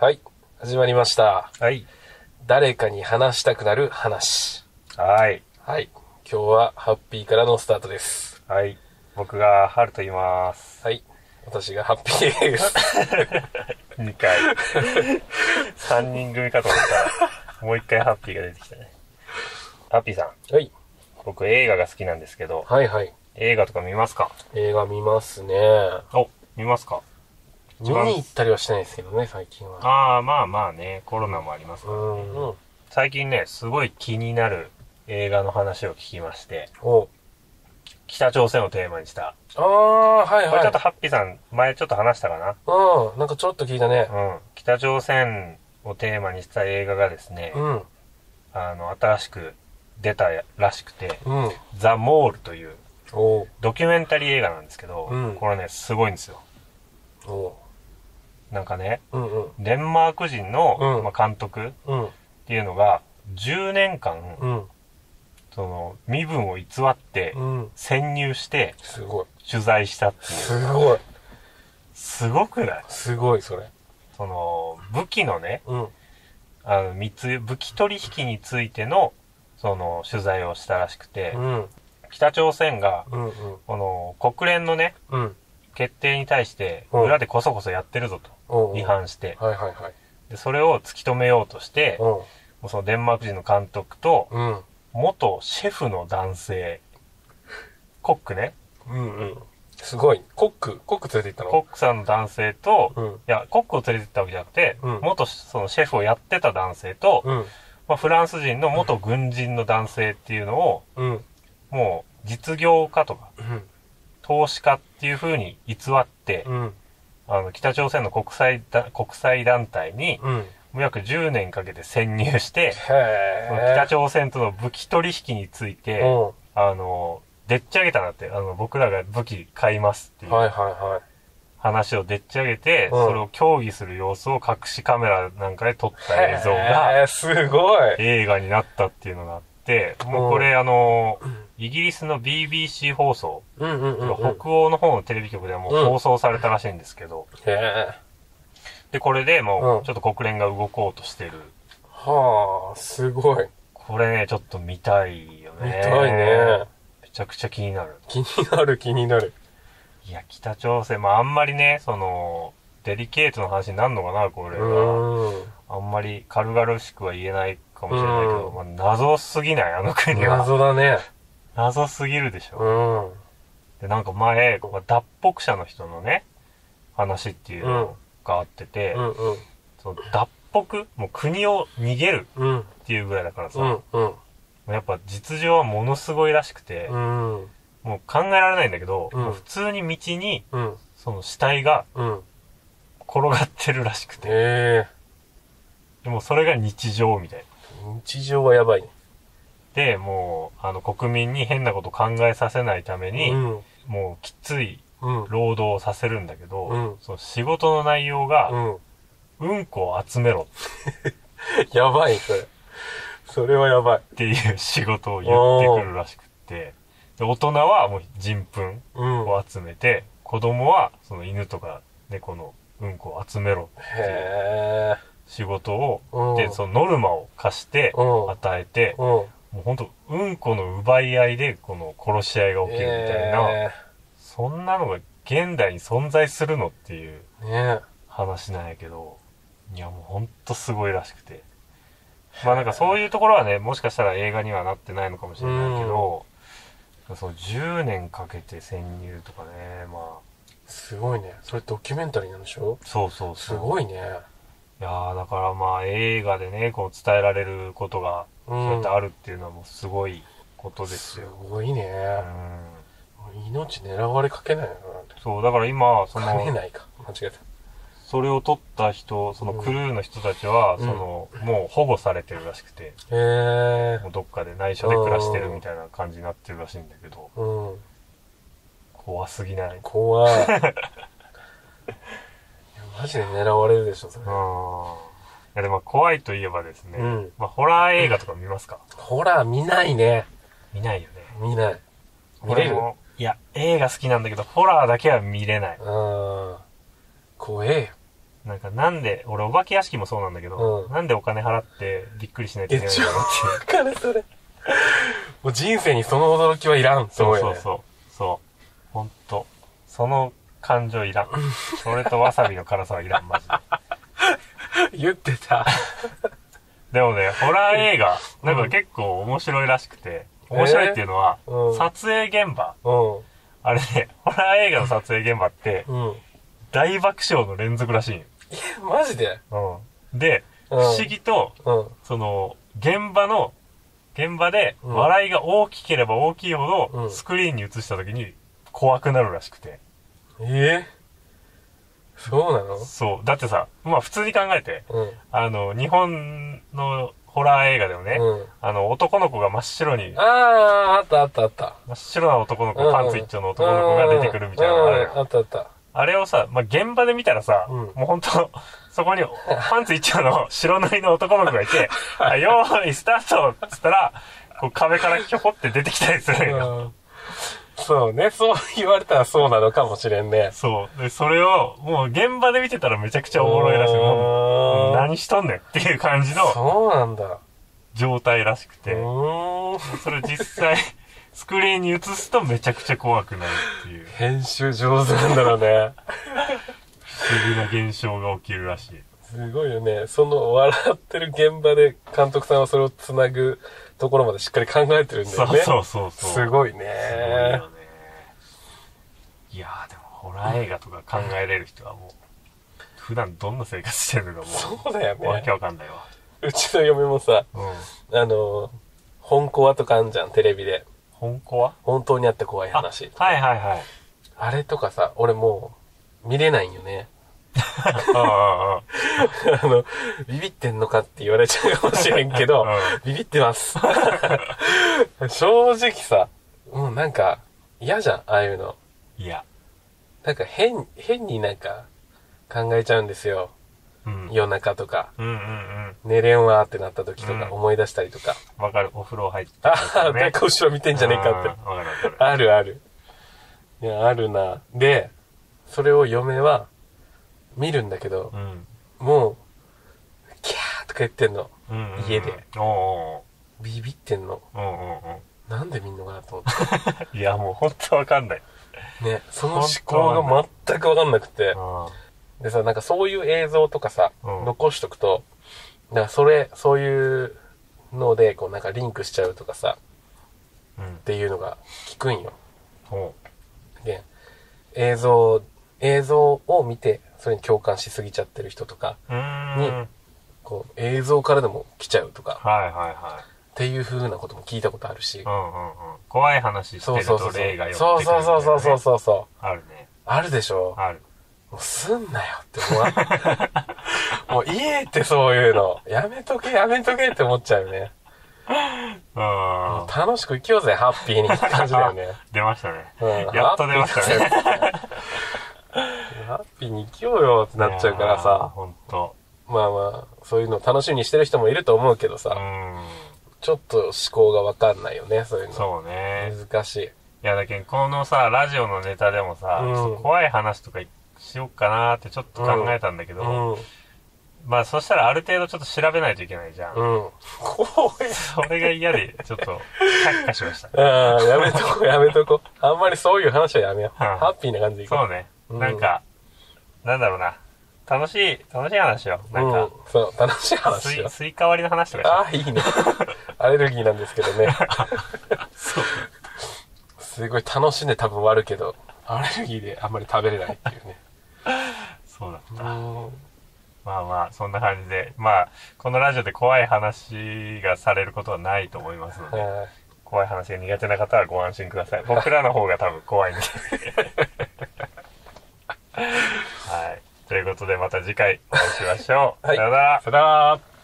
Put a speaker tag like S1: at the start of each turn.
S1: はい。始まりました。
S2: はい。
S1: 誰かに話したくなる話。
S2: はい。
S1: はい。今日はハッピーからのスタートです。
S2: はい。僕が、ハルと言います。
S1: はい。私がハッピーです。
S2: 2回。3人組かと思ったら、もう1回ハッピーが出てきたね。ハッピーさん、
S1: はい。
S2: 僕映画が好きなんですけど、
S1: はいはい。
S2: 映画とか見ますか
S1: 映画見ますね。
S2: お、見ますか
S1: 見に行ったりはしてないですけどね、最近は。
S2: ああ、まあまあね、コロナもあります
S1: う
S2: からね
S1: ん。
S2: 最近ね、すごい気になる映画の話を聞きまして、
S1: お
S2: 北朝鮮をテーマにした。
S1: ああ、はい
S2: これちょっと
S1: は
S2: ハッピーさん、前ちょっと話したかな
S1: うん。なんかちょっと聞いたね。
S2: うん、北朝鮮をテーマにした映画がですね、
S1: うん。
S2: あの新しく出たらしくて
S1: うん。
S2: 「ザ・モール」という
S1: お
S2: ドキュメンタリー映画なんですけど、
S1: うん
S2: これねすごいんですよ
S1: お
S2: なんかね
S1: うんうん。
S2: デンマーク人の、
S1: うん
S2: まあ、監督っ
S1: うん。
S2: ていうのが10年間、
S1: うん。
S2: その身分を偽って
S1: うん。
S2: 潜入して
S1: すごい。
S2: 取材したっていう
S1: すごい。
S2: すごくない
S1: すごい、それ。
S2: その武器のね
S1: うん。
S2: あの密輸武器取引についてのその取材をしたらしくて、
S1: うん。
S2: 北朝鮮が
S1: うんうん。
S2: この国連のね
S1: うん。
S2: 決定に対して
S1: うん
S2: 裏でこそこそやってるぞと
S1: おうおう
S2: 違反して
S1: はいはいはい。
S2: でそれを突き止めようとしても
S1: おう
S2: うそのデンマーク人の監督と
S1: うん。
S2: 元シェフの男性コックね
S1: うんうん。すごい。コック、コック連れて行
S2: コックさんの男性と
S1: ったの
S2: いやコックを連れてったわけじゃなくて
S1: うん
S2: 元そのシェフをやってた男性と、
S1: うん。
S2: まあ、フランス人の元軍人の男性っていうのを
S1: うん。うん。
S2: もう実業家とか
S1: うん。
S2: 投資家っていう風に偽って
S1: うん。
S2: あの北朝鮮の国際だ国際団体に
S1: うん。
S2: 約10年かけて潜入して、
S1: へぇ
S2: 北朝鮮との武器取引について、
S1: うん。
S2: あの、でっち上げたなって、あの、僕らが武器買いますってい
S1: はいうは
S2: 話をでっち上げて、
S1: うん
S2: それを協議する様子を隠しカメラなんかで撮っ
S1: い
S2: た
S1: はい。
S2: 映像が
S1: へーすごい。
S2: 映画になったっていうのがあって、もうこれあの、イギリスの BBC 放送、
S1: うんうんうんうん。
S2: 北欧の方のテレビ局ではもう放送されたらしいんですけど、
S1: へぇ
S2: で、これでも
S1: うん
S2: うちょっと国連が動こうとしてる
S1: はぁ、すごい。
S2: これね、ちょっと見たいよね。
S1: 見たいね。。
S2: めちゃくちゃ気になる。
S1: 気になる気になる。
S2: いや、北朝鮮、まああんまりね、その、デリケートな話になるのかな、こ
S1: う
S2: れは。
S1: ーん。
S2: あんまり軽々しくは言えないかもしれないけど、
S1: う
S2: まあ、謎すぎない、あの国は。
S1: 謎だね。
S2: 謎すぎるでし
S1: う
S2: ょ。
S1: ん。うん。
S2: で、なんか前、ここ脱北者の人のね、話っていうのがあってて、
S1: うん
S2: その脱北もう国を逃げる
S1: うん。
S2: っていうぐらいだからさ、
S1: うんうん。
S2: やっぱ実情はものすごいらしくて、
S1: うん。
S2: もう考えられないんだけど、
S1: うん
S2: もう普通に道に、
S1: うん。
S2: その死体が
S1: うん。
S2: 転がってるらしくて、
S1: え
S2: でもうそれが日常みたいな。
S1: ー。日常はやばいね。
S2: で、もう、あの、国民に変なこと考えさせないために、
S1: うん。
S2: もうきつい
S1: うん。
S2: 労働をさせるんだけど、
S1: うん
S2: その仕事の内容が、
S1: うん。
S2: うんこを集めろ
S1: やばい、それ。それはやばい。
S2: っていう仕事を言ってくるらしくって、で大人はもう人糞
S1: うん。
S2: を集めて、子供はその犬とか猫のうんこを集めろっていう
S1: へ
S2: 仕事を
S1: ぇー。
S2: で、そのノルマを課して、
S1: うん
S2: 与えて、
S1: うん。
S2: もうほんと、うんこの奪い合いで、この殺し合いが起きるみたいな、
S1: え
S2: そんなのが現代に存在するのっていう
S1: ーね
S2: 話なんやけど、いやもうほんとすごいらしくて。まあなんかそういうところはね、もしかしたら映画にはなってないのかもしれないけど、そう、10年かけて潜入とかね、まあ、
S1: すごいね。それドキュメンタリーなんでしょ
S2: そうそう
S1: す
S2: そう。
S1: ごいね。
S2: いやーだからまあ映画でね、こう伝えられることが、
S1: う
S2: そうやっ
S1: ん
S2: て。あるっていうのはもうすごいことです
S1: す
S2: よ。
S1: ごいね。
S2: うん
S1: 命狙われかけないのかなって。
S2: そう、だから今、そ
S1: かけ
S2: の、
S1: ないか。間違えた。
S2: それを撮った人、そのクルーの人たちは、
S1: うん
S2: その、もう保護されてるらしくて、
S1: へぇ
S2: もうどっかで内緒で暮らしてるみたいな感じになってるらしいんだけど、
S1: ー。うん。
S2: 怖すぎない。
S1: 怖 い。いやマジで狙われるでしょ、それ
S2: うん。い。や、でも怖いといえばですね、
S1: うん
S2: まあホラー映画とか見ますか、
S1: ほら、見ないね。
S2: 見ないよね。
S1: 見ない。見れる
S2: 俺もいや、映画好きなんだけど、ホラーだけは見れない。
S1: あー。怖えよ。
S2: なんかなんで、俺お化け屋敷もそうなんだけど、
S1: うん
S2: なんでお金払ってびっくりしないとい
S1: え、
S2: けない
S1: ち
S2: ん
S1: ょ
S2: だろう
S1: っとわかる、それ。もう人生にその驚きはいらん、
S2: そう
S1: よ
S2: そうそう。そう。ほんと。その感情いらん。それとわさびの辛さはいらん、マジで。
S1: 言ってた。
S2: でもね、ホラー映画、なんか結構面白いらしくて、面白いっていうのは、
S1: えーうん
S2: 撮影現場。
S1: うん。
S2: あれね、ホラー映画の撮影現場って、
S1: うん。
S2: 大爆笑の連続らしいんよ
S1: え、マジで
S2: で、
S1: うん
S2: 不思議と、
S1: うん。
S2: その、現場の、現場で、
S1: うん
S2: 笑いが大きければ大きいほ
S1: う
S2: ど、
S1: ん
S2: スクリーンに映した時に怖くなるらしくて。
S1: えそうなの
S2: そう。だってさ、まあ普通に考えて、
S1: うん。
S2: あの、日本のホラー映画でもね、
S1: うん。
S2: あの、男の子が真っ白に
S1: あ、あ、あったあったあった。
S2: 真っ白な男の子、
S1: うん
S2: パンツ一丁の男の子が出てくるみたいなのがある
S1: うんうんあ
S2: よ
S1: ったあった。
S2: あれをさ、まあ、現場で見たらさ、
S1: うん
S2: もうほんと、そこに、パンツ一丁の白塗りの男の子が いて、あよーい、スタートっつったら、こう壁からひょこって出てきたりするんよ。
S1: うんそうね、そう言われたらそうなのかもしれんね。
S2: そう。で、それを、もう現場で見てたらめちゃくちゃおもろいらしい。
S1: うーん
S2: もう何しとんねんっていう感じの
S1: そうなんだ。
S2: 状態らしく
S1: う
S2: て、
S1: ーん。
S2: それを実際、スクリーンに映すとめちゃくちゃ怖くなるっていう、
S1: 編集上手なんだろうね。
S2: 不思議な現象が起きるらしい。
S1: すごいよね。その笑ってる現場で監督さんはそれをつなぐところまでしっかり考えてるんだ
S2: そ
S1: よ
S2: う
S1: ね。
S2: そうそうそう。
S1: すごい
S2: すごいよね
S1: ね。。
S2: いやーでもホラー映画とか考えれる人はもう、普段どんな生活してるのかも
S1: そうだよ
S2: う、わ
S1: ね
S2: け。わかんないわ。
S1: うちの嫁もさ、
S2: うん。
S1: あの、本コアとかあんじゃん、テレビで。
S2: 本コア
S1: 本当にあった怖い
S2: あ、
S1: 話。
S2: はいはいはい。
S1: あれとかさ、俺もう、見れないんよね。
S2: あ
S1: あの、ビビってんのかって言われちゃうかもしれんけど、ビビってます。 正直さ、もうなんか、嫌じゃん、ああいうの。
S2: いや、
S1: なんか変、変になんか、考えちゃうんですよ。
S2: うん。
S1: 夜中とか、
S2: うんうんうん。
S1: 寝れんわーってなった時と
S2: う
S1: か
S2: ん
S1: 思い出したりとか。
S2: わかる。お風呂入って
S1: あ
S2: た
S1: あ、
S2: ね
S1: なんか後ろ見てんじゃねえかって。
S2: うんわかるわかる。
S1: あるある。いや、あるな。で、それを嫁は、見るんだけど
S2: う、ん。
S1: もう、キャーとか言ってんの。
S2: うんうんうん
S1: 家で。
S2: おうお
S1: ビビってんの。
S2: うおううんうんう
S1: なんで見んのかなと思
S2: ん。いや、もうほんとわかんない。
S1: って。ね、その思考が全くわかんなくて。
S2: う
S1: でさ、なんかそういう映像とかさ、
S2: うん
S1: 残しとくと、なんかそれ、そういうので、こうなんかリンクしちゃうとかさ、
S2: ん。うん
S1: っ。ていうのが聞くんよ。
S2: おう
S1: で、映像、映像を見て、それに共感しすぎちゃってる人とか、
S2: うーん。
S1: に
S2: はい
S1: こう映像からでも来ちゃうとか、
S2: はいはい。
S1: っていう風なことも聞いたことあるし
S2: う。んうんうん。怖い話して
S1: そう
S2: る
S1: そうそ
S2: と
S1: うそう。
S2: 霊が寄ってくる
S1: そう
S2: みたいな
S1: そう
S2: ね。
S1: そうそうそうそうそう。
S2: あるね。
S1: あるでしょ
S2: ある。
S1: もうすんなよって思わんもういいってそういうの。やめとけやめとけって思っちゃうよね。
S2: うん。
S1: 楽しく生きようぜ、ハッピーにって感じだよね。
S2: 出ましたね。
S1: うん
S2: やっと出ましたね。
S1: ハッピーに生きようよってなっちゃうから
S2: いやー
S1: さ。
S2: ほんと。
S1: まあまあ、そういうのを楽しみにしてる人もいると思うけど
S2: う
S1: さ、
S2: ん。
S1: ちょっと思考がわかんないよね、そういうの。
S2: そうね。
S1: 難しい。
S2: いや、だけど、このさ、ラジオのネタでもさ、
S1: うん
S2: ちょっと怖い話とかしよっかなーってちょっと考えたんだけ
S1: う
S2: ど、
S1: ん。
S2: まあ、そしたらある程度ちょっと調べないといけないじゃん。
S1: うん。怖い。
S2: それが嫌で、ちょっと、却下しました。
S1: ああ、やめとこう、やめとこう。あんまりそういう話はやめよう。
S2: はい
S1: ハッピーな感じでいこう。
S2: そうね。
S1: うん
S2: なんか、なんだろうな。楽しい、楽しい話よ。なんか、
S1: うん、そう、楽しい
S2: ス
S1: 話
S2: イ
S1: よ。
S2: スイカ割りの話とかしよ
S1: ああ、いいね。アレルギーなんですけどね。すごい楽しんで多分割るけど、アレルギーであんまり食べれないっていうね。
S2: うそうだ。
S1: うん。
S2: まあまあ、そんな感じで。まあ、このラジオで怖い話がされることはないと思いますので、
S1: はい
S2: 怖い話が苦手な方はご安心ください。僕らの方が多分怖い んで。はい。ということで、また次回お会いしましょう。
S1: はい
S2: さよなら。
S1: さよなら。